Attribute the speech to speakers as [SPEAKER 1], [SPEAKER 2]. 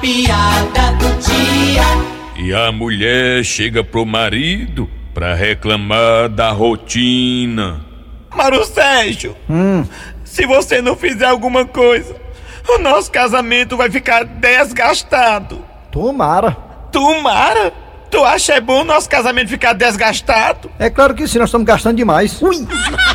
[SPEAKER 1] piada do dia.
[SPEAKER 2] E a mulher chega pro marido pra reclamar da rotina.
[SPEAKER 3] Maro Sérgio, se você não fizer alguma coisa, o nosso casamento vai ficar desgastado.
[SPEAKER 4] Tomara.
[SPEAKER 3] Tomara! Tu acha é bom o nosso casamento ficar desgastado?
[SPEAKER 4] É claro que sim, nós estamos gastando demais. Ui!